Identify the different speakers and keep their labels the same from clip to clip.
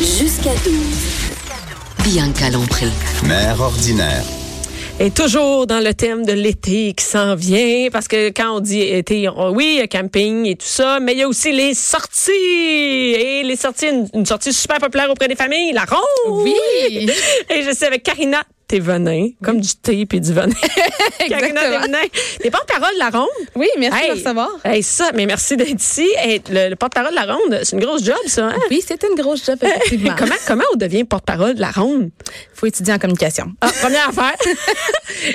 Speaker 1: Jusqu'à 12. Bianca Lompré.
Speaker 2: Mère ordinaire.
Speaker 3: Et toujours dans le thème de l'été qui s'en vient, parce que quand on dit été, on- oui, il y a camping et tout ça, mais il y a aussi les sorties. Et les sorties, une, une sortie super populaire auprès des familles, la ronde.
Speaker 4: Oui,
Speaker 3: Et je suis avec Karina Thévenin, comme du thé puis du venin. Karina
Speaker 4: Exactement.
Speaker 3: Thévenin, t'es porte-parole de la ronde.
Speaker 4: oui, merci de
Speaker 3: Hey.
Speaker 4: me recevoir.
Speaker 3: Hey, ça, mais merci d'être ici. Hey, le le porte-parole de la ronde, c'est une grosse job, ça. hein?
Speaker 4: Oui, c'était une grosse job, effectivement.
Speaker 3: Comment, comment on devient porte-parole de la ronde?
Speaker 4: Faut étudier en communication.
Speaker 3: Ah, première affaire.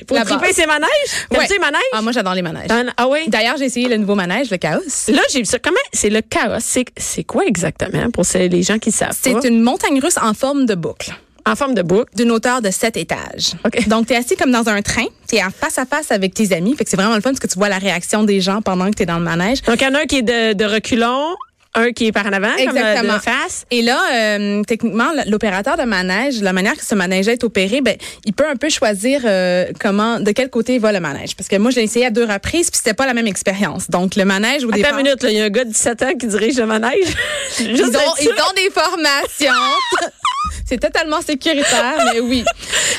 Speaker 3: Pour
Speaker 4: La
Speaker 3: triper
Speaker 4: base.
Speaker 3: ses manèges. T'aimes-tu les manèges?
Speaker 4: Ah, moi, j'adore les manèges.
Speaker 3: T'en- ah oui?
Speaker 4: D'ailleurs, j'ai essayé le nouveau manège, le Chaos.
Speaker 3: Là, j'ai vu ça. Comment? C'est le chaos. C'est c'est quoi exactement pour ceux- les gens qui savent
Speaker 4: C'est
Speaker 3: pas?
Speaker 4: une montagne russe en forme de boucle,
Speaker 3: En forme de boucle.
Speaker 4: d'une hauteur de sept étages.
Speaker 3: OK.
Speaker 4: Donc, t'es assis comme dans un train, t'es en face à face avec tes amis, fait que c'est vraiment le fun parce que tu vois la réaction des gens pendant que t'es dans le manège.
Speaker 3: Donc, il y en a un qui est de, de reculons, un qui est par en avant, comme
Speaker 4: Exactement.
Speaker 3: euh, de face.
Speaker 4: Et là, euh, techniquement, l- l'opérateur de manège, la manière que ce manège est opéré, ben, il peut un peu choisir euh, comment, de quel côté va le manège. Parce que moi, je l'ai essayé à deux reprises, puis c'était pas la même expérience. Donc, le manège au
Speaker 3: Attends
Speaker 4: départ.
Speaker 3: une minute, là, il y a un gars de 17 ans qui dirige le manège. Juste
Speaker 4: Ils ont,
Speaker 3: d'être
Speaker 4: ils
Speaker 3: sûr.
Speaker 4: ont des formations. C'est totalement sécuritaire, mais oui.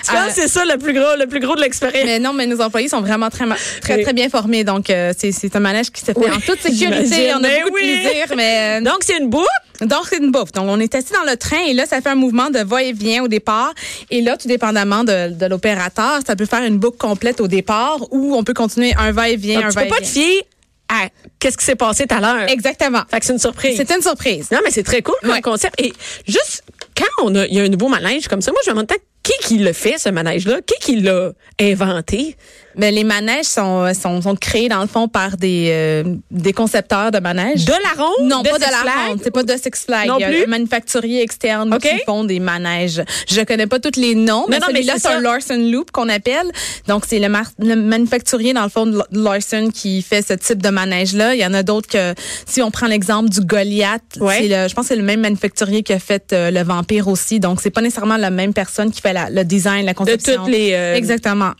Speaker 3: Tu penses
Speaker 4: Euh,
Speaker 3: que c'est ça le plus gros, le plus gros de l'expérience?
Speaker 4: mais non, mais nos employés sont vraiment très, ma- très,
Speaker 3: Mais-
Speaker 4: très bien formés. Donc, euh, c'est c'est un manège qui se fait
Speaker 3: Oui,
Speaker 4: en toute sécurité.
Speaker 3: j'imagine.
Speaker 4: On a
Speaker 3: Mais
Speaker 4: beaucoup
Speaker 3: oui.
Speaker 4: de plaisir, mais euh,
Speaker 3: Donc, c'est une boucle.
Speaker 4: Donc, c'est une bouffe. Donc, on est assis dans le train et là, ça fait un mouvement de va-et-vient au départ. Et là, tout dépendamment de, de l'opérateur, ça peut faire une boucle complète au départ ou on peut continuer un va-et-vient,
Speaker 3: Donc,
Speaker 4: un
Speaker 3: tu peux
Speaker 4: va-et-vient.
Speaker 3: pas te fier à qu'est-ce qui s'est passé tout à l'heure.
Speaker 4: Exactement.
Speaker 3: Fait que c'est une surprise.
Speaker 4: C'était une surprise.
Speaker 3: Non, mais c'est très cool comme
Speaker 4: Ouais.
Speaker 3: concept. Et juste quand on a, il y a un nouveau manège comme ça, moi, je me demande tant, qui qui le fait, ce manège-là? Qui qui l'a inventé?
Speaker 4: Mais les manèges sont, sont, sont créés, dans le fond, par des, euh, des concepteurs de manèges.
Speaker 3: De la ronde?
Speaker 4: non, pas de
Speaker 3: Six
Speaker 4: la
Speaker 3: Flags?
Speaker 4: ronde. C'est pas de Six Flags.
Speaker 3: Non
Speaker 4: Il y a
Speaker 3: plus?
Speaker 4: un manufacturier externe
Speaker 3: OK.
Speaker 4: qui font des manèges. Je connais pas tous les noms, mais,
Speaker 3: non, mais
Speaker 4: celui-là,
Speaker 3: c'est
Speaker 4: c'est
Speaker 3: ça.
Speaker 4: un Larson Loop qu'on appelle. Donc, c'est le, mar- le manufacturier, dans le fond, de Larson qui fait ce type de manège-là. Il y en a d'autres que, si on prend l'exemple du Goliath,
Speaker 3: Ouais.
Speaker 4: c'est le- je pense que c'est le même manufacturier qui a fait euh, le Vampire aussi. Donc, c'est pas nécessairement la même personne qui fait la- le design, la conception.
Speaker 3: toutes les, euh,
Speaker 4: Exactement.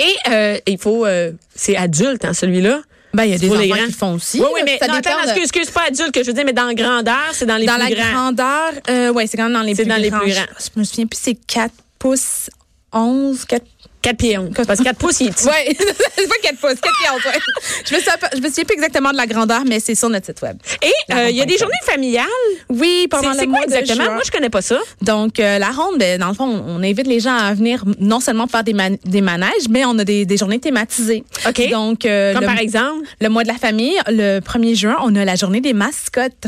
Speaker 3: Et euh, il faut, euh, c'est adulte, hein, celui-là.
Speaker 4: Ben, il y a des
Speaker 3: Pour les
Speaker 4: enfants
Speaker 3: grands.
Speaker 4: qui font aussi.
Speaker 3: Oui, oui,
Speaker 4: là.
Speaker 3: mais
Speaker 4: Ça
Speaker 3: non,
Speaker 4: dépend
Speaker 3: attends,
Speaker 4: de-
Speaker 3: excuse, excuse, pas adulte que je veux dire, mais dans grandeur, c'est dans les
Speaker 4: dans
Speaker 3: plus
Speaker 4: la
Speaker 3: grands.
Speaker 4: grandeur, euh, ouais, c'est quand même dans les
Speaker 3: C'est
Speaker 4: plus
Speaker 3: dans les plus
Speaker 4: grands.
Speaker 3: grands.
Speaker 4: Je, je me souviens plus, c'est 4 pouces 11, 4
Speaker 3: 4 pieds 11. Parce que 4 pouces, il est petit.
Speaker 4: Ouais, c'est pas 4 pouces, 4 pieds ouais. Je me, souviens, pas- je me souviens plus exactement de la grandeur, mais c'est sur notre site web.
Speaker 3: Et euh, il y a des journées familiales.
Speaker 4: Oui,
Speaker 3: C'est
Speaker 4: pendant le
Speaker 3: c'est quoi
Speaker 4: mois de
Speaker 3: exactement?
Speaker 4: juin.
Speaker 3: Moi, je connais pas ça.
Speaker 4: Donc, euh, la ronde, ben, dans le fond, on on invite les gens à venir non seulement pour faire des, man- des manèges, mais on a des, des journées thématisées.
Speaker 3: OK.
Speaker 4: Donc, euh,
Speaker 3: Comme
Speaker 4: le-
Speaker 3: par exemple.
Speaker 4: Le mois de la famille, le 1er juin, on a la journée des mascottes.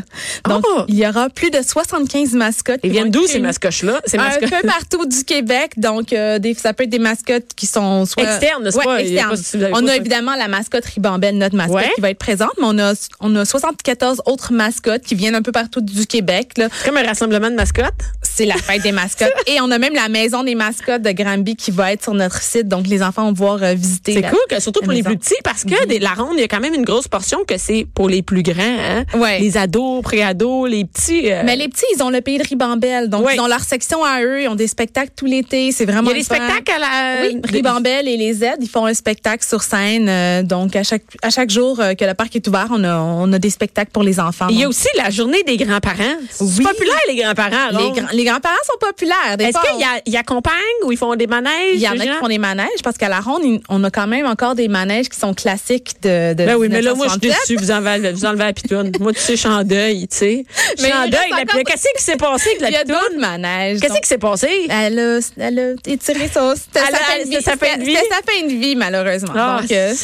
Speaker 4: Donc,
Speaker 3: Oh!
Speaker 4: il y aura plus de 75 mascottes. qui
Speaker 3: Ils viennent
Speaker 4: vont
Speaker 3: d'où
Speaker 4: être
Speaker 3: ces
Speaker 4: réunies.
Speaker 3: mascoches-là? Ces
Speaker 4: Un
Speaker 3: mascoches.
Speaker 4: peu partout du Québec. Donc, euh, des, ça peut être des mascottes qui sont soit.
Speaker 3: Externes, n'est-ce
Speaker 4: Ouais,
Speaker 3: pas? Il y a
Speaker 4: externes.
Speaker 3: pas- si vous avez
Speaker 4: on
Speaker 3: pas
Speaker 4: a
Speaker 3: ça.
Speaker 4: évidemment la mascotte Ribambelle, notre mascotte
Speaker 3: Ouais.
Speaker 4: qui va être présente, mais on a, on a 74 autres mascottes qui viennent un peu partout du Québec. là.
Speaker 3: C'est comme un rassemblement de mascottes.
Speaker 4: C'est la fête des mascottes. Et on a même la maison des mascottes de Granby qui va être sur notre site. Donc, les enfants vont pouvoir euh, visiter.
Speaker 3: C'est
Speaker 4: la-
Speaker 3: cool, que, surtout pour
Speaker 4: la
Speaker 3: les
Speaker 4: maison. Mhm.
Speaker 3: plus petits, parce que des- la ronde, il y a quand même une grosse portion que c'est pour les plus grands. Hein?
Speaker 4: Ouais.
Speaker 3: Les ados, pré-ados, les petits. euh,
Speaker 4: Mais les petits, ils ont le pays de Ribambelle. Donc,
Speaker 3: Ouais.
Speaker 4: ils ont leur section à eux. Ils ont des spectacles tout l'été. C'est
Speaker 3: il y
Speaker 4: vraiment
Speaker 3: a des
Speaker 4: le fun.
Speaker 3: spectacles à la.
Speaker 4: Oui,
Speaker 3: de-
Speaker 4: Ribambelle et les Z, ils font un spectacle sur scène. euh, donc, à chaque, à chaque jour euh, que le parc est ouvert, on a, on a des spectacles pour les enfants.
Speaker 3: Il y a
Speaker 4: Donc,
Speaker 3: aussi la journée des grands-parents. C'est
Speaker 4: Oui.
Speaker 3: populaire, les grands-parents.
Speaker 4: les,
Speaker 3: donc.
Speaker 4: grands- les grands-parents sont populaires. Des
Speaker 3: Est-ce
Speaker 4: fois, on-
Speaker 3: qu'ils y a- y accompagnent ou ils font des manèges?
Speaker 4: il y en a
Speaker 3: des
Speaker 4: qui
Speaker 3: gens?
Speaker 4: font des manèges parce qu'à la ronde, il- on a quand même encore des manèges qui sont classiques de, de
Speaker 3: Ben oui, mais là, moi, je suis
Speaker 4: 1967.
Speaker 3: déçue. Vous enlevez, vous enlevez la pitoune. moi, tu sais, je suis en deuil, tu sais. Je suis
Speaker 4: Mais
Speaker 3: en
Speaker 4: il
Speaker 3: deuil.
Speaker 4: reste
Speaker 3: la-
Speaker 4: encore-
Speaker 3: Qu'est-ce qui s'est passé avec la
Speaker 4: Il y a
Speaker 3: pitoune?
Speaker 4: d'autres manèges.
Speaker 3: Qu'est-ce
Speaker 4: donc-
Speaker 3: qui s'est passé?
Speaker 4: Elle a, elle a étiré son- c'était
Speaker 3: Elle a-
Speaker 4: sa fin de vie.
Speaker 3: c'était sa fin de
Speaker 4: C'était-
Speaker 3: vie.
Speaker 4: c'était sa fin de vie, malheureusement.
Speaker 3: Ah,
Speaker 4: Donc, euh,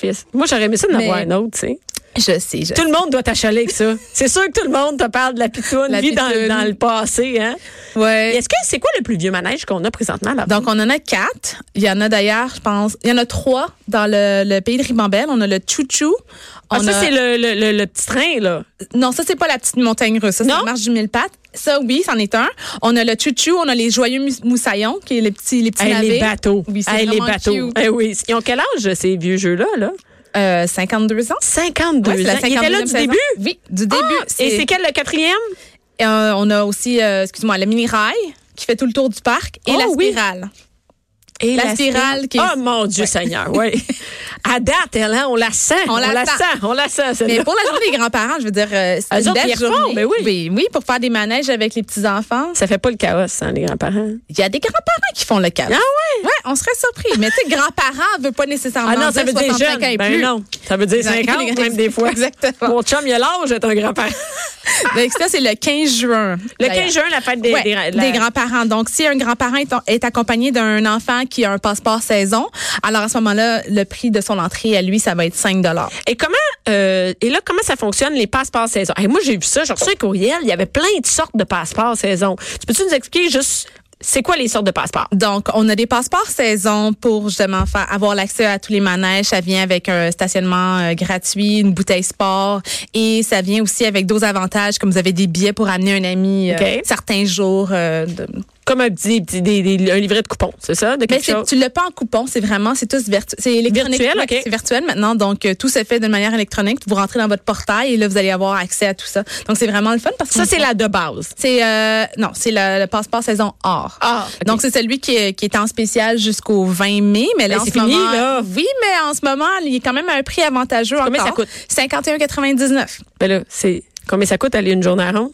Speaker 3: fils. Moi, j'aurais aimé ça d'en
Speaker 4: Mais-
Speaker 3: avoir un autre, tu sais.
Speaker 4: je sais, je
Speaker 3: Tout le monde doit t'achaler avec ça. C'est sûr que tout le monde te parle de la pitoune,
Speaker 4: La
Speaker 3: vit dans,
Speaker 4: pitoune.
Speaker 3: dans le passé. Hein?
Speaker 4: Ouais.
Speaker 3: Est-ce que c'est quoi le plus vieux manège qu'on a présentement là
Speaker 4: Donc, on en a quatre. Il y en a d'ailleurs, je pense, il y en a trois dans le, le pays de Ribambelle. On a le Chouchou.
Speaker 3: ah,
Speaker 4: on
Speaker 3: ça,
Speaker 4: a-
Speaker 3: c'est le, le, le, le petit train, là.
Speaker 4: Non, ça, c'est pas la petite montagne russe. Ça, c'est
Speaker 3: Non?
Speaker 4: la marche du mille pattes. Ça, oui, c'en est un. On a le chouchou, on a les joyeux mous- moussaillons, qui est les petits, les petits
Speaker 3: Hey, les
Speaker 4: navets.
Speaker 3: bateaux.
Speaker 4: Oui, c'est
Speaker 3: Hey, les
Speaker 4: vraiment
Speaker 3: bateaux.
Speaker 4: cute.
Speaker 3: Eh oui. Ils ont quel âge, ces vieux jeux-là? Là?
Speaker 4: Euh, 52 ans.
Speaker 3: 52
Speaker 4: Ouais, c'est
Speaker 3: ans.
Speaker 4: la
Speaker 3: Ils étaient là
Speaker 4: 52e
Speaker 3: du
Speaker 4: saison.
Speaker 3: début?
Speaker 4: Oui, du début.
Speaker 3: Ah! et c'est quel, le quatrième?
Speaker 4: Euh, on a aussi, euh, excuse-moi, le mini-rail qui fait tout le tour du parc et
Speaker 3: Oh,
Speaker 4: la
Speaker 3: oui.
Speaker 4: spirale.
Speaker 3: Et
Speaker 4: la spirale qui est-
Speaker 3: Oh mon Dieu Seigneur, oui. À date, elle, hein, on la sent. On, la, sent. On la sent,
Speaker 4: Mais
Speaker 3: celle-là.
Speaker 4: pour la journée des grands-parents, je veux dire, euh,
Speaker 3: Eux
Speaker 4: c'est une
Speaker 3: autres,
Speaker 4: belle
Speaker 3: ils refont,
Speaker 4: journée.
Speaker 3: ben oui.
Speaker 4: oui. pour faire des manèges avec les petits-enfants.
Speaker 3: Ça fait pas le chaos, hein, les grands-parents.
Speaker 4: Il y a des grands-parents qui font le cas.
Speaker 3: Ah ouais?
Speaker 4: Ouais, on serait surpris. Mais tu sais, grands-parents ne veut pas nécessairement
Speaker 3: Ah non, ça
Speaker 4: dire
Speaker 3: veut dire
Speaker 4: 65 ans
Speaker 3: jeune.
Speaker 4: et
Speaker 3: Ben
Speaker 4: plus.
Speaker 3: non, ça veut dire
Speaker 4: Non,
Speaker 3: 50
Speaker 4: les-
Speaker 3: même des fois.
Speaker 4: Exactement.
Speaker 3: Mon chum, il a l'âge d'être un grand-père.
Speaker 4: Donc, ça, c'est le 15 juin.
Speaker 3: Le
Speaker 4: d'ailleurs.
Speaker 3: 15 juin, la fête des,
Speaker 4: Ouais,
Speaker 3: des, la-
Speaker 4: des grands-parents. Donc, si un grand-parent est, est accompagné d'un enfant qui a un passeport saison, alors à ce moment-là, le prix de son entrée à lui, ça va être 5
Speaker 3: Et comment euh, et là comment ça fonctionne les passeports saison Et moi j'ai vu ça, j'ai reçu un courriel, il y avait plein de sortes de passeports saison. Tu peux-tu nous expliquer juste c'est quoi les sortes de passeports
Speaker 4: Donc, on a des passeports saison pour justement faire, avoir l'accès à tous les manèges. Ça vient avec un stationnement euh, gratuit, une bouteille sport et ça vient aussi avec d'autres avantages comme vous avez des billets pour amener un ami euh,
Speaker 3: Ok.
Speaker 4: certains jours. euh, de-
Speaker 3: Comme un petit, petit- des- des- un livret de coupons, c'est ça de
Speaker 4: Mais
Speaker 3: quelque
Speaker 4: c'est-
Speaker 3: chose?
Speaker 4: tu l'as pas en coupon, c'est vraiment, c'est tous virtu- c'est électronique.
Speaker 3: Virtuel,
Speaker 4: Ouais,
Speaker 3: ok.
Speaker 4: C'est virtuel maintenant, donc euh, tout se fait de manière électronique. Vous rentrez dans votre portail et là, vous allez avoir accès à tout ça. Donc, c'est vraiment le fun parce que
Speaker 3: Ça c'est la de base.
Speaker 4: C'est euh, non, c'est le, le passeport saison or.
Speaker 3: Ah, ok.
Speaker 4: Donc c'est celui qui est, qui est en spécial jusqu'au 20 mai, mais
Speaker 3: Mais
Speaker 4: là en
Speaker 3: c'est
Speaker 4: ce
Speaker 3: fini,
Speaker 4: moment,
Speaker 3: là.
Speaker 4: oui, mais en ce moment, il est quand même à un prix avantageux
Speaker 3: Combien
Speaker 4: encore.
Speaker 3: ça coûte?
Speaker 4: 51,99.
Speaker 3: Ben là, c'est combien ça coûte aller une journée à ronde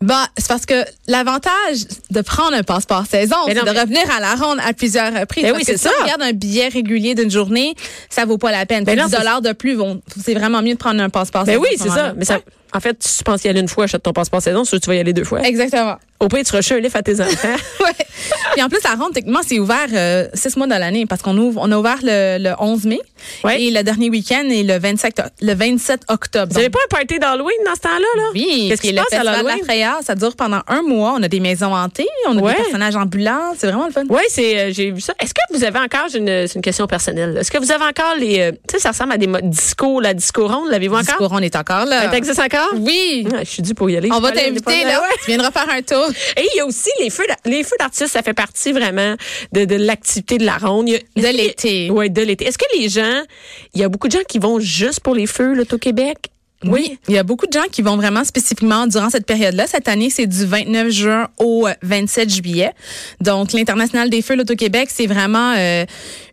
Speaker 4: Bah, c'est parce que l'avantage de prendre un passeport saison,
Speaker 3: Mais
Speaker 4: c'est
Speaker 3: non,
Speaker 4: de
Speaker 3: mais-
Speaker 4: revenir à la ronde à plusieurs reprises.
Speaker 3: Ben
Speaker 4: Parce
Speaker 3: oui,
Speaker 4: que
Speaker 3: c'est
Speaker 4: si
Speaker 3: ça.
Speaker 4: on regarde un billet régulier d'une journée, ça vaut pas la peine.
Speaker 3: Ben non,
Speaker 4: 10
Speaker 3: c'est-
Speaker 4: dollars de plus, vont- c'est vraiment mieux de prendre un passeport
Speaker 3: Ben
Speaker 4: saison.
Speaker 3: oui,
Speaker 4: à ce
Speaker 3: c'est ça.
Speaker 4: moment-là.
Speaker 3: Mais ça en fait, si tu penses y aller une fois, achète ton passeport saison, sûr que tu vas y aller deux fois.
Speaker 4: Exactement.
Speaker 3: Au pire, tu rechètes un livre à tes enfants.
Speaker 4: ouais. Puis en plus, la ronde, techniquement, c'est ouvert euh, six mois dans l'année parce qu'on ouvre, on a ouvert le, le 11 mai
Speaker 3: Ouais.
Speaker 4: et le dernier week-end est le 27, oct- le 27 octobre.
Speaker 3: Vous avez pas un party d'Halloween dans ce temps-là là
Speaker 4: oui,
Speaker 3: Qu'est-ce
Speaker 4: qui
Speaker 3: qui se
Speaker 4: est le
Speaker 3: passe à
Speaker 4: festival de la
Speaker 3: l'Halloween?
Speaker 4: frayeur, ça dure pendant un mois. On a des maisons hantées, on a
Speaker 3: Ouais.
Speaker 4: des personnages ambulants, c'est vraiment le fun.
Speaker 3: Oui, c'est euh, j'ai vu ça. Est-ce que vous avez encore j'ai une c'est une question personnelle. là. Est-ce que vous avez encore les euh, tu sais ça ressemble à des mo- disco la disco ronde, l'avez-vous
Speaker 4: Discours,
Speaker 3: encore
Speaker 4: on est encore là.
Speaker 3: Ça existe encore
Speaker 4: Oui,
Speaker 3: Ah, Je suis due pour y aller.
Speaker 4: on
Speaker 3: Je
Speaker 4: va
Speaker 3: suis pas allée
Speaker 4: t'inviter
Speaker 3: l'année
Speaker 4: là.
Speaker 3: passée.
Speaker 4: Tu viendras faire un tour.
Speaker 3: Et il y a aussi les feux d'a- les feux d'artistes, ça fait partie vraiment de, de l'activité de la ronde Il y a- est-ce
Speaker 4: De
Speaker 3: que-
Speaker 4: l'été.
Speaker 3: Ouais, de l'été. Est-ce que les gens il y a beaucoup de gens qui vont juste pour les feux là, au Québec
Speaker 4: Oui, il y a beaucoup de gens qui vont vraiment spécifiquement durant cette période-là. Cette année, c'est du 29 juin au euh, 27 juillet. Donc, l'International des Feux l'Auto-Québec, c'est vraiment euh,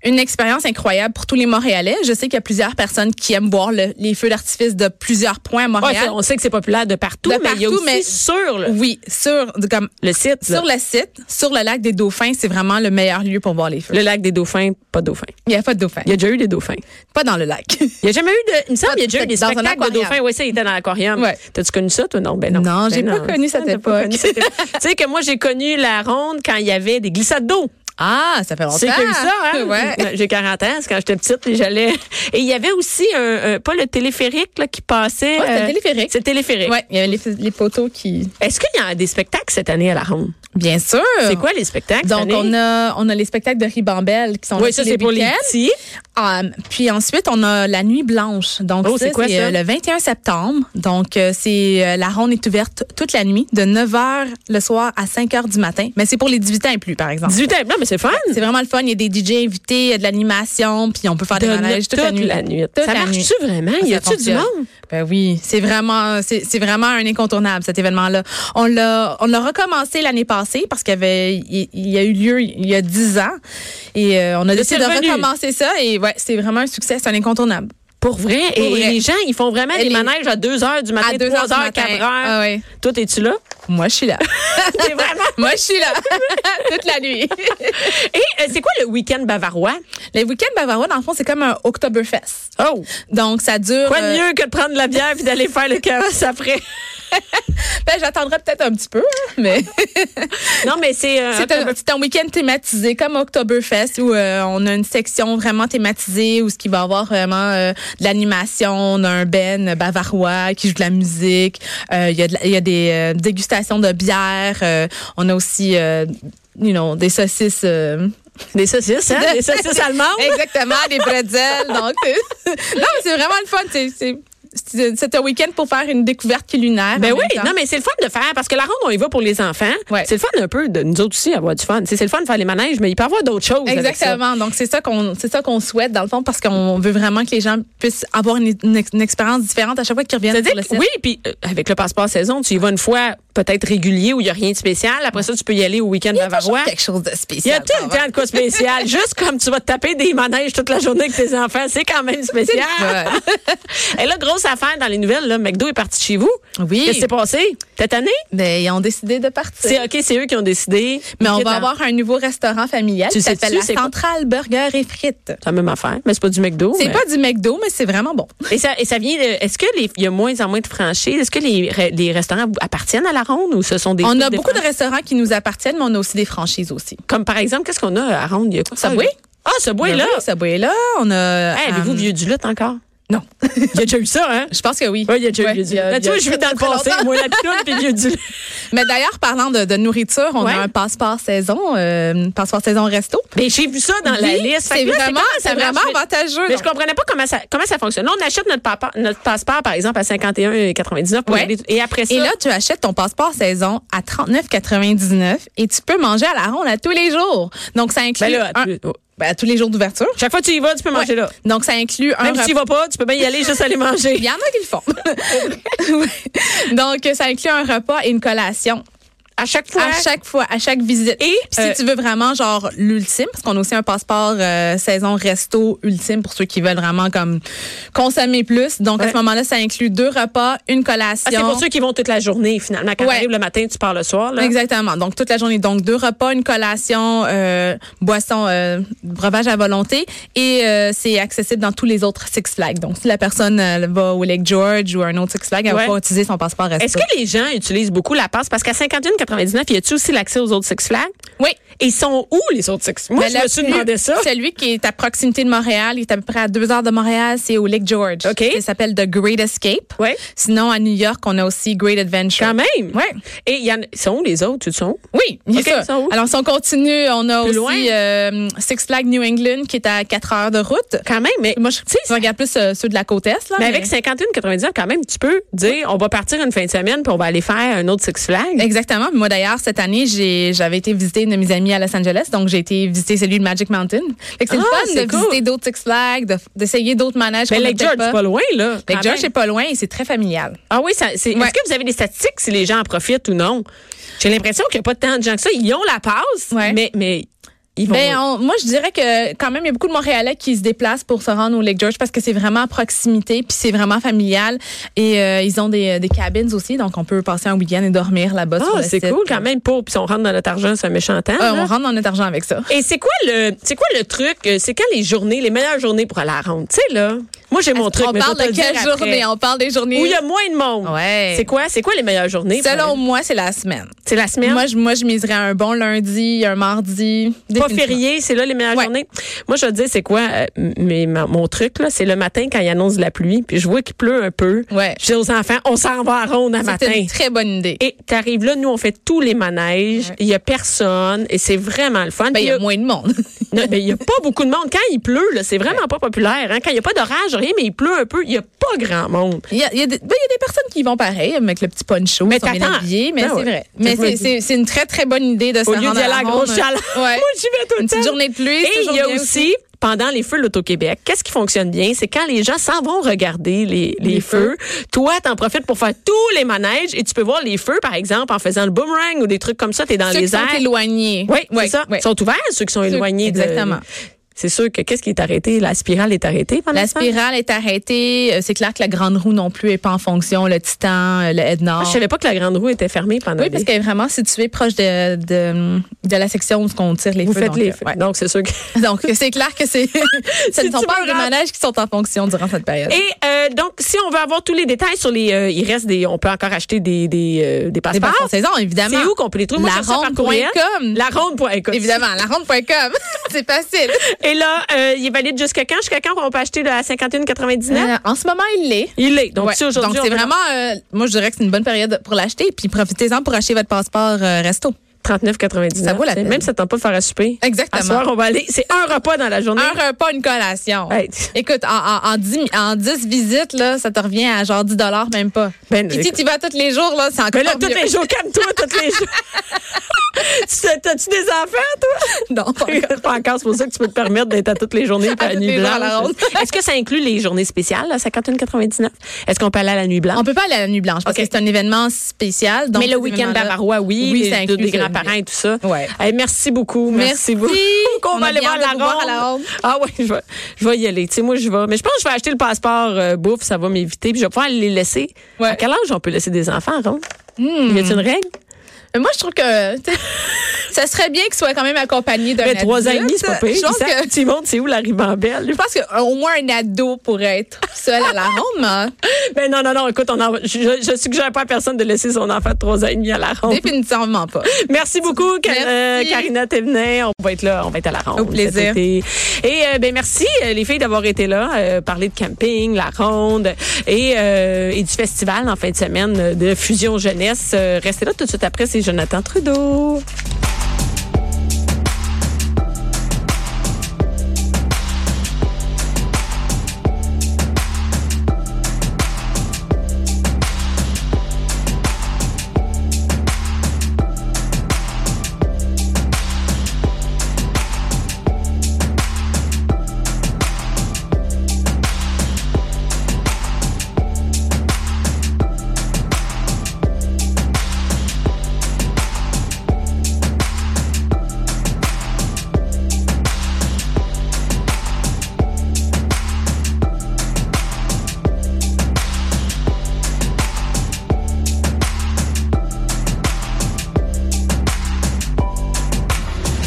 Speaker 4: une expérience incroyable pour tous les Montréalais. Je sais qu'il y a plusieurs personnes qui aiment voir le- les feux d'artifice de plusieurs points à
Speaker 3: Ouais,
Speaker 4: Montréal.
Speaker 3: c'est- on sait que c'est populaire de partout,
Speaker 4: De
Speaker 3: mais il y a
Speaker 4: partout,
Speaker 3: aussi
Speaker 4: mais-
Speaker 3: sur le,
Speaker 4: oui, sur comme
Speaker 3: le site là.
Speaker 4: sur le site, sur le lac des Dauphins, c'est vraiment le meilleur lieu pour voir les feux.
Speaker 3: le lac des dauphins, pas de dauphins.
Speaker 4: Il n'y a pas de dauphins.
Speaker 3: Il y a déjà eu des dauphins.
Speaker 4: Pas dans le lac.
Speaker 3: Il n'y a jamais eu de. Il me semble qu'il y a déjà eu des
Speaker 4: Dans un
Speaker 3: spectacles de
Speaker 4: aquarium.
Speaker 3: dauphins. Oui, ça, il était dans l'aquarium.
Speaker 4: Ouais.
Speaker 3: T'as-tu connu ça, toi? Non, ben non.
Speaker 4: Non,
Speaker 3: Ben
Speaker 4: j'ai pas connu cette
Speaker 3: T'as pas
Speaker 4: époque.
Speaker 3: connu cette époque. tu sais que moi, j'ai connu la ronde quand il y avait des glissades d'eau.
Speaker 4: ah, ça fait longtemps.
Speaker 3: C'est que ça, hein?
Speaker 4: Ouais.
Speaker 3: J'ai 40 ans, c'est quand j'étais petite, puis j'allais. Et il y avait aussi un, un- pas le téléphérique là, qui passait.
Speaker 4: Ouais, c'était le
Speaker 3: euh,
Speaker 4: téléphérique.
Speaker 3: C'est le téléphérique.
Speaker 4: Ouais, il y avait les, les poteaux qui.
Speaker 3: Est-ce qu'il y a des spectacles cette année à la ronde?
Speaker 4: Bien sûr.
Speaker 3: C'est quoi les spectacles?
Speaker 4: Oh. Donc, on a, on a les spectacles de Ribambelle qui sont
Speaker 3: Oui,
Speaker 4: là
Speaker 3: ça,
Speaker 4: tous
Speaker 3: c'est pour les
Speaker 4: week-ends.
Speaker 3: petits.
Speaker 4: Ah, puis ensuite, on a la Nuit Blanche. Donc,
Speaker 3: Oh,
Speaker 4: ça,
Speaker 3: c'est
Speaker 4: c'est
Speaker 3: quoi, ça?
Speaker 4: euh, le 21 septembre. Donc, euh, c'est euh, la ronde est ouverte toute la nuit, de 9 h le soir à 5 h du matin. Mais c'est pour les 18 ans et plus, par exemple.
Speaker 3: 18 ans. Non, mais c'est fun.
Speaker 4: C'est vraiment le fun. Il y a des DJ invités, il y a de l'animation, puis on peut faire des
Speaker 3: De-
Speaker 4: manèges toute, la nuit. Toute
Speaker 3: Ah, Ça
Speaker 4: la nuit.
Speaker 3: marche-tu vraiment? Y
Speaker 4: Ça
Speaker 3: a-tu du
Speaker 4: fonctionne.
Speaker 3: monde?
Speaker 4: Ben oui, c'est vraiment, c'est c'est vraiment un incontournable cet événement-là. On l'a, on l'a recommencé l'année passée parce qu'il y avait, il, il y a eu lieu il y a dix ans et euh, on a décidé de
Speaker 3: revenu.
Speaker 4: recommencer ça et ouais, c'est vraiment un succès, c'est un incontournable.
Speaker 3: Pour vrai. Et,
Speaker 4: Pour
Speaker 3: et
Speaker 4: vrai.
Speaker 3: les gens, ils font vraiment
Speaker 4: Et
Speaker 3: des
Speaker 4: les-
Speaker 3: manèges à 2 h du matin, 3
Speaker 4: À deux heures du
Speaker 3: h,
Speaker 4: matin.
Speaker 3: 4 h.
Speaker 4: Ah ouais.
Speaker 3: Toi, es-tu là?
Speaker 4: Moi, je suis là.
Speaker 3: T'es vraiment.
Speaker 4: Moi, je suis là toute la nuit.
Speaker 3: Et euh, c'est quoi le week-end bavarois?
Speaker 4: Les week-ends bavarois, dans le fond, c'est comme un Oktoberfest.
Speaker 3: Oh!
Speaker 4: Donc, ça dure.
Speaker 3: Quoi
Speaker 4: euh,
Speaker 3: de mieux que de prendre de la bière puis d'aller faire le carrosse après?
Speaker 4: ben, j'attendrai peut-être un petit peu, hein, mais.
Speaker 3: Non, mais c'est. euh,
Speaker 4: C'est un,
Speaker 3: October-
Speaker 4: c'est un week-end thématisé comme Oktoberfest où euh, on a une section vraiment thématisée où ce qui va avoir vraiment euh, de l'animation, on a un ben bavarois qui joue de la musique, Euh, il y a de la- il y, a des euh, dégustations de bière, Euh, on a aussi euh, you know, des saucisses euh,
Speaker 3: des saucisses, hein? des saucisses allemandes.
Speaker 4: Exactement, des bretzels donc c'est- Non, mais c'est vraiment le fun, c'est c'est- c'est un week-end pour faire une découverte culinaire.
Speaker 3: Ben
Speaker 4: en
Speaker 3: oui,
Speaker 4: même temps.
Speaker 3: non, mais c'est le fun de faire parce que la ronde, on y va pour les enfants.
Speaker 4: Ouais.
Speaker 3: C'est le fun un peu de nous autres aussi avoir du fun. Tu sais, C'est le fun de faire les manèges, mais il peut y avoir d'autres choses. avec ça.
Speaker 4: Exactement. Donc c'est ça qu'on c'est ça qu'on souhaite dans le fond parce qu'on veut vraiment que les gens puissent avoir une, une ex- une expérience différente à chaque fois qu'ils reviennent
Speaker 3: C'est-à-dire
Speaker 4: sur le
Speaker 3: que-
Speaker 4: site.
Speaker 3: oui, puis euh, avec le passeport saison, tu y vas une fois peut-être régulier où il n'y a rien de spécial. Après ça, tu peux y aller au week-end
Speaker 4: il y a toujours
Speaker 3: bavarois.
Speaker 4: quelque chose de
Speaker 3: Il y
Speaker 4: spécial.
Speaker 3: a tout le temps de quoi spécial. Juste comme tu vas te taper des manèges toute la journée avec tes enfants, c'est quand même spécial. Et là, grosse affaire dans les nouvelles, là, McDo est parti de chez vous.
Speaker 4: Oui.
Speaker 3: Qu'est-ce qui s'est passé? Cette année?
Speaker 4: Mais Ben, ils ont décidé de partir.
Speaker 3: C'est OK, c'est eux qui ont décidé.
Speaker 4: Mais on
Speaker 3: Quitte
Speaker 4: va
Speaker 3: à-
Speaker 4: avoir un nouveau restaurant familial
Speaker 3: Tu
Speaker 4: qui s'appelle
Speaker 3: sais-tu
Speaker 4: la
Speaker 3: c'est quoi?
Speaker 4: Centrale Burger et Frites.
Speaker 3: C'est la même affaire, mais c'est pas du McDo.
Speaker 4: C'est
Speaker 3: mais-
Speaker 4: pas du McDo, mais c'est vraiment bon.
Speaker 3: Et ça, et ça vient de. Est-ce que les, il y a moins en moins de franchises? Est-ce que les, re- les restaurants appartiennent à la ronde ou ce sont des.
Speaker 4: on a
Speaker 3: des
Speaker 4: beaucoup de
Speaker 3: franchises?
Speaker 4: restaurants qui nous appartiennent, mais on a aussi des franchises aussi.
Speaker 3: Comme par exemple, qu'est-ce qu'on a à ronde? Il y a quoi?
Speaker 4: Subway?
Speaker 3: Ah, Subway, là.
Speaker 4: Oui, Subway là, on a.
Speaker 3: Hey, Avez-vous
Speaker 4: euh,
Speaker 3: vieux du lutte encore?
Speaker 4: Non.
Speaker 3: Il y a déjà eu ça, hein?
Speaker 4: Je pense que oui.
Speaker 3: Oui, il y a déjà eu
Speaker 4: Ouais,
Speaker 3: vieux du
Speaker 4: il y a-
Speaker 3: lutte. Mais
Speaker 4: il y
Speaker 3: Tu
Speaker 4: a
Speaker 3: vois, je vis
Speaker 4: très,
Speaker 3: dans le
Speaker 4: très
Speaker 3: passé.
Speaker 4: longtemps.
Speaker 3: Moi, la pitoune, puis vieux du lutte.
Speaker 4: Mais d'ailleurs, parlant de, de nourriture, on
Speaker 3: Ouais.
Speaker 4: a un passeport saison, euh, passeport saison resto.
Speaker 3: Mais j'ai vu ça dans Ah, la
Speaker 4: Oui,
Speaker 3: liste. Fait
Speaker 4: c'est
Speaker 3: que là, comment
Speaker 4: vraiment,
Speaker 3: ça
Speaker 4: c'est
Speaker 3: marche?
Speaker 4: vraiment
Speaker 3: Mais-
Speaker 4: avantageux.
Speaker 3: Mais
Speaker 4: donc.
Speaker 3: je comprenais pas comment ça, comment ça fonctionne. Là, on achète notre, papa- notre passeport, par exemple, à 51,99 pour
Speaker 4: Ouais.
Speaker 3: aller- Et après ça.
Speaker 4: Et là, tu achètes ton passeport saison à 39,99 et tu peux manger à la ronde à tous les jours. Donc, ça inclut
Speaker 3: ben là,
Speaker 4: un-
Speaker 3: tu-
Speaker 4: ben, à tous les jours d'ouverture.
Speaker 3: chaque fois que tu y vas, tu peux manger là.
Speaker 4: Donc, ça inclut un
Speaker 3: Même si
Speaker 4: repas.
Speaker 3: tu y vas pas, tu peux bien y aller juste aller manger.
Speaker 4: Il y en a qui le font. Ouais. Donc, ça inclut un repas et une collation.
Speaker 3: À chaque fois.
Speaker 4: À chaque fois, à chaque visite.
Speaker 3: Et,
Speaker 4: Puis
Speaker 3: euh,
Speaker 4: si tu veux vraiment genre l'ultime, parce qu'on a aussi un passeport euh, saison resto ultime pour ceux qui veulent vraiment comme consommer plus. Donc
Speaker 3: Ouais.
Speaker 4: à ce moment-là, ça inclut deux repas, une collation.
Speaker 3: Ah, c'est pour ceux qui vont toute la journée, finalement. Quand
Speaker 4: Ouais.
Speaker 3: t'arrives le matin, tu pars le soir. Là.
Speaker 4: Exactement. Donc toute la journée, donc deux repas, une collation, euh, boisson, euh, breuvage à volonté, et euh, c'est accessible dans tous les autres Six Flags. Donc si la personne euh, va au Lake George ou à un autre Six Flags, elle
Speaker 3: Ouais.
Speaker 4: va pas utiliser son passeport resto.
Speaker 3: Est-ce que les gens utilisent beaucoup la passe? Parce qu'à 51,99, y a-tu aussi l'accès aux autres Six Flags?
Speaker 4: Oui.
Speaker 3: Et ils sont où, les autres Six Moi,
Speaker 4: Ben,
Speaker 3: je me
Speaker 4: la
Speaker 3: suis
Speaker 4: plus-
Speaker 3: demandé ça.
Speaker 4: Celui qui est à proximité de Montréal, il est à peu près à deux heures de Montréal, c'est au Lake George.
Speaker 3: OK.
Speaker 4: Il s'appelle The Great Escape.
Speaker 3: Ouais.
Speaker 4: Sinon, à New York, on a aussi Great Adventure.
Speaker 3: Quand même.
Speaker 4: Ouais.
Speaker 3: Et il y en, ils sont où, les autres? Tu sais où?
Speaker 4: Oui, il y a
Speaker 3: OK,
Speaker 4: ça.
Speaker 3: ils sont où?
Speaker 4: Alors, si on continue, on a
Speaker 3: Plus loin?
Speaker 4: aussi euh, Six Flags New England qui est à quatre heures de route.
Speaker 3: Quand même, mais.
Speaker 4: Moi, je,
Speaker 3: tu sais,
Speaker 4: je regarde plus euh, ceux de la côte Est. Là,
Speaker 3: mais avec 51,99, quand même, tu peux dire, on va partir une fin de semaine puis on va aller faire un autre Six Flags.
Speaker 4: Exactement. Puis Moi, d'ailleurs, cette année, j'ai- j'avais été visiter une de mes amies à Los Angeles. Donc, j'ai été visiter celui de Magic Mountain. Fait que
Speaker 3: Ah,
Speaker 4: c'est le fun
Speaker 3: c'est
Speaker 4: de
Speaker 3: cool.
Speaker 4: visiter d'autres Six Flags, de- d'essayer d'autres manèges.
Speaker 3: Mais
Speaker 4: qu'on a
Speaker 3: Lake
Speaker 4: peut-être
Speaker 3: George, c'est pas loin, Ah ben. là.
Speaker 4: Lake
Speaker 3: quand
Speaker 4: George,
Speaker 3: même.
Speaker 4: c'est pas loin et c'est très familial.
Speaker 3: Ah oui, ça, c'est,
Speaker 4: Ouais.
Speaker 3: est-ce que vous avez des statistiques si les gens en profitent ou non? J'ai l'impression qu'il n'y a pas tant de gens que ça. Ils ont la passe,
Speaker 4: Ouais.
Speaker 3: mais, mais ils vont.
Speaker 4: Ben, on- moi, je dirais que quand même, il y a beaucoup de Montréalais qui se déplacent pour se rendre au Lake George parce que c'est vraiment à proximité, puis c'est vraiment familial. Et euh, ils ont des, des cabines aussi, donc on peut passer un week-end et dormir là-bas. sur
Speaker 3: Ah,
Speaker 4: le
Speaker 3: c'est
Speaker 4: site.
Speaker 3: cool quand même hein? pour. Puis si on rentre dans notre argent, c'est un méchant temps.
Speaker 4: Euh,
Speaker 3: là.
Speaker 4: on rentre dans notre argent avec ça.
Speaker 3: Et c'est quoi le c'est quoi le truc? euh, C'est quand les journées, les meilleures journées pour aller à la ronde? Tu sais, là. Moi, j'ai mon truc.
Speaker 4: on
Speaker 3: mais je
Speaker 4: parle
Speaker 3: vais te
Speaker 4: de
Speaker 3: le
Speaker 4: quelle
Speaker 3: dire après.
Speaker 4: journée? On parle des journées.
Speaker 3: Où il y a moins de monde.
Speaker 4: Ouais.
Speaker 3: C'est quoi? C'est quoi les meilleures journées?
Speaker 4: Selon moi, c'est la semaine.
Speaker 3: C'est la semaine?
Speaker 4: Moi, je, moi, je miserais un bon lundi, un mardi.
Speaker 3: pas
Speaker 4: définitivement.
Speaker 3: férié, c'est là les meilleures
Speaker 4: Ouais.
Speaker 3: journées. Moi, je vais te dire, c'est quoi euh, m- mais ma- mon truc, là? C'est le matin quand il annonce de la pluie, puis je vois qu'il pleut un peu.
Speaker 4: Ouais.
Speaker 3: Je dis aux enfants, on s'en va à ronde à matin.
Speaker 4: C'est une très bonne idée.
Speaker 3: Et t'arrives là, nous, on fait tous les manèges. Il y a personne et c'est vraiment le fun.
Speaker 4: Ben, il y
Speaker 3: Puis,
Speaker 4: a moins de monde.
Speaker 3: Non, mais il n'y a pas beaucoup de monde. Quand il pleut, là, c'est vraiment pas populaire. hein. Quand il n'y a pas d'orage, rien, mais il pleut un peu, il n'y a pas grand monde.
Speaker 4: Il y, a, il y a des, ben, il y a des personnes qui y vont pareil, avec le petit poncho, mais
Speaker 3: t'attends.
Speaker 4: habillé, mais
Speaker 3: Ah
Speaker 4: c'est
Speaker 3: ouais.
Speaker 4: vrai.
Speaker 3: Je me
Speaker 4: Mais c'est-
Speaker 3: dis-
Speaker 4: c'est c'est une très, très bonne idée de se
Speaker 3: Au
Speaker 4: rendre
Speaker 3: lieu d'y
Speaker 4: à
Speaker 3: aller à
Speaker 4: la
Speaker 3: la grosse
Speaker 4: ronde.
Speaker 3: chaleur,
Speaker 4: hein. Ouais.
Speaker 3: moi, j'y vais tout le
Speaker 4: Une petite
Speaker 3: temps.
Speaker 4: journée de pluie, c'est
Speaker 3: Et il
Speaker 4: toujours
Speaker 3: y a
Speaker 4: bien
Speaker 3: aussi, pendant les feux de l'Auto-Québec, qu'est-ce qui fonctionne bien? C'est quand les gens s'en vont regarder les, les
Speaker 4: Les
Speaker 3: feux. Toi, t'en profites pour faire tous les manèges et tu peux voir les feux, par exemple, en faisant le boomerang ou des trucs comme ça. T'es dans
Speaker 4: Ceux
Speaker 3: les
Speaker 4: qui sont
Speaker 3: airs.
Speaker 4: éloignés.
Speaker 3: Oui,
Speaker 4: Ouais,
Speaker 3: c'est ça.
Speaker 4: ouais.
Speaker 3: Ils sont ouverts, ceux qui sont
Speaker 4: Ceux-
Speaker 3: éloignés. de-
Speaker 4: exactement.
Speaker 3: C'est sûr que qu'est-ce qui est arrêté? La spirale est arrêtée pendant
Speaker 4: La
Speaker 3: ce temps?
Speaker 4: spirale est arrêtée. Euh, C'est clair que la grande roue non plus est pas en fonction. Le Titan, euh, le Edna.
Speaker 3: Ah, Je savais pas que la grande roue était fermée pendant
Speaker 4: Oui, parce
Speaker 3: des-
Speaker 4: qu'elle est vraiment située proche de, de, de la section où on tire les
Speaker 3: Vous
Speaker 4: feux.
Speaker 3: faites
Speaker 4: donc,
Speaker 3: les
Speaker 4: euh,
Speaker 3: feux.
Speaker 4: ouais.
Speaker 3: Donc, c'est sûr que.
Speaker 4: Donc, c'est clair que c'est, ce
Speaker 3: Si
Speaker 4: ne sont
Speaker 3: tu
Speaker 4: pas
Speaker 3: me
Speaker 4: des
Speaker 3: rates.
Speaker 4: manèges qui sont en fonction durant cette période.
Speaker 3: Et euh, donc, si on veut avoir tous les détails sur les, euh, il reste des, on peut encore acheter des des, euh, des
Speaker 4: des
Speaker 3: passeports.
Speaker 4: passes en saison, évidemment.
Speaker 3: C'est où qu'on peut les trouver? Moi, je cherche ça par courriel.
Speaker 4: Laronde.com.
Speaker 3: La ronde.com.
Speaker 4: Évidemment, la ronde.com. c'est facile.
Speaker 3: Et là, euh, il est valide jusqu'à quand? Jusqu'à quand on peut acheter le à 51,99?
Speaker 4: Euh, en ce moment, il l'est.
Speaker 3: il est. Donc,
Speaker 4: Ouais.
Speaker 3: si aujourd'hui.
Speaker 4: Donc, c'est
Speaker 3: on peut-
Speaker 4: vraiment, euh, moi, je dirais que c'est une bonne période pour l'acheter. Puis, profitez-en pour acheter votre passeport euh, resto.
Speaker 3: 39,99.
Speaker 4: Ça vaut la peine.
Speaker 3: Même si ça tente pas de faire à souper.
Speaker 4: Exactement.
Speaker 3: À soir, on va aller. C'est un repas dans la journée.
Speaker 4: Un repas, une collation.
Speaker 3: Hey.
Speaker 4: Écoute, en, en, en, 10, en 10 visites, là, ça te revient à genre 10 même pas.
Speaker 3: Ben,
Speaker 4: Puis si
Speaker 3: écoute.
Speaker 4: tu y vas tous les jours, là, c'est encore
Speaker 3: Mais là,
Speaker 4: mieux.
Speaker 3: tous les jours, calme-toi, tous les jours. Tu- T'as-tu des enfants,
Speaker 4: Non, pas
Speaker 3: toi?
Speaker 4: encore.
Speaker 3: Pas encore, c'est pour ça que tu peux te permettre d'être à toutes les journées puis à
Speaker 4: À
Speaker 3: la
Speaker 4: toutes
Speaker 3: nuit
Speaker 4: les jours à la
Speaker 3: blanche.
Speaker 4: ronde.
Speaker 3: Est-ce que ça inclut les journées spéciales, là, 51,99? Est-ce qu'on peut aller à la nuit blanche?
Speaker 4: On peut pas aller à la nuit blanche parce
Speaker 3: Ok.
Speaker 4: que c'est un événement spécial. donc
Speaker 3: Mais le
Speaker 4: ces
Speaker 3: week-end
Speaker 4: événements-là-
Speaker 3: d'Abarois, oui,
Speaker 4: Oui,
Speaker 3: les-
Speaker 4: ça
Speaker 3: de-
Speaker 4: inclut
Speaker 3: des
Speaker 4: ça,
Speaker 3: grands-parents
Speaker 4: oui.
Speaker 3: et tout ça.
Speaker 4: Ouais.
Speaker 3: Hey, merci beaucoup. Merci,
Speaker 4: Merci.
Speaker 3: beaucoup. Qu'on
Speaker 4: On
Speaker 3: va
Speaker 4: a
Speaker 3: aller
Speaker 4: bien
Speaker 3: voir
Speaker 4: hâte de vous voir à la
Speaker 3: la ronde.
Speaker 4: ronde.
Speaker 3: Ah oui, je vais, je vais y aller. Tu sais, moi, je vais. Mais je pense que je vais acheter le passeport euh, bouffe, ça va m'éviter. Puis je vais pouvoir les laisser.
Speaker 4: Ouais. Hmm.
Speaker 3: À quel âge on peut laisser des enfants, Ron? Y a-t-il une règle?
Speaker 4: Mais moi, je trouve que tu sais, ça serait bien qu'il soit quand même accompagné d'un
Speaker 3: Mais Ben, trois ans et demi, c'est pas
Speaker 4: adulte.
Speaker 3: pire.
Speaker 4: Je pense
Speaker 3: Ils savent,
Speaker 4: que
Speaker 3: Tu montres, c'est où la ribambelle?
Speaker 4: je pense qu'au moins un ado pourrait être seul à la ronde, mais
Speaker 3: Ben non, non, non, écoute, on en- je, je suggère pas à personne de laisser son enfant de trois ans et demi à la ronde.
Speaker 4: définitivement pas.
Speaker 3: Merci beaucoup, Ka-
Speaker 4: Merci.
Speaker 3: euh, Karina Thévenin. On va être là, on va être à la ronde.
Speaker 4: Au plaisir.
Speaker 3: cet été. Et euh, ben merci euh, les filles d'avoir été là, euh, parler de camping, la ronde et, euh, et du festival en fin de semaine euh, de Fusion Jeunesse. Euh, restez là tout de suite après, c'est Jonathan Trudeau.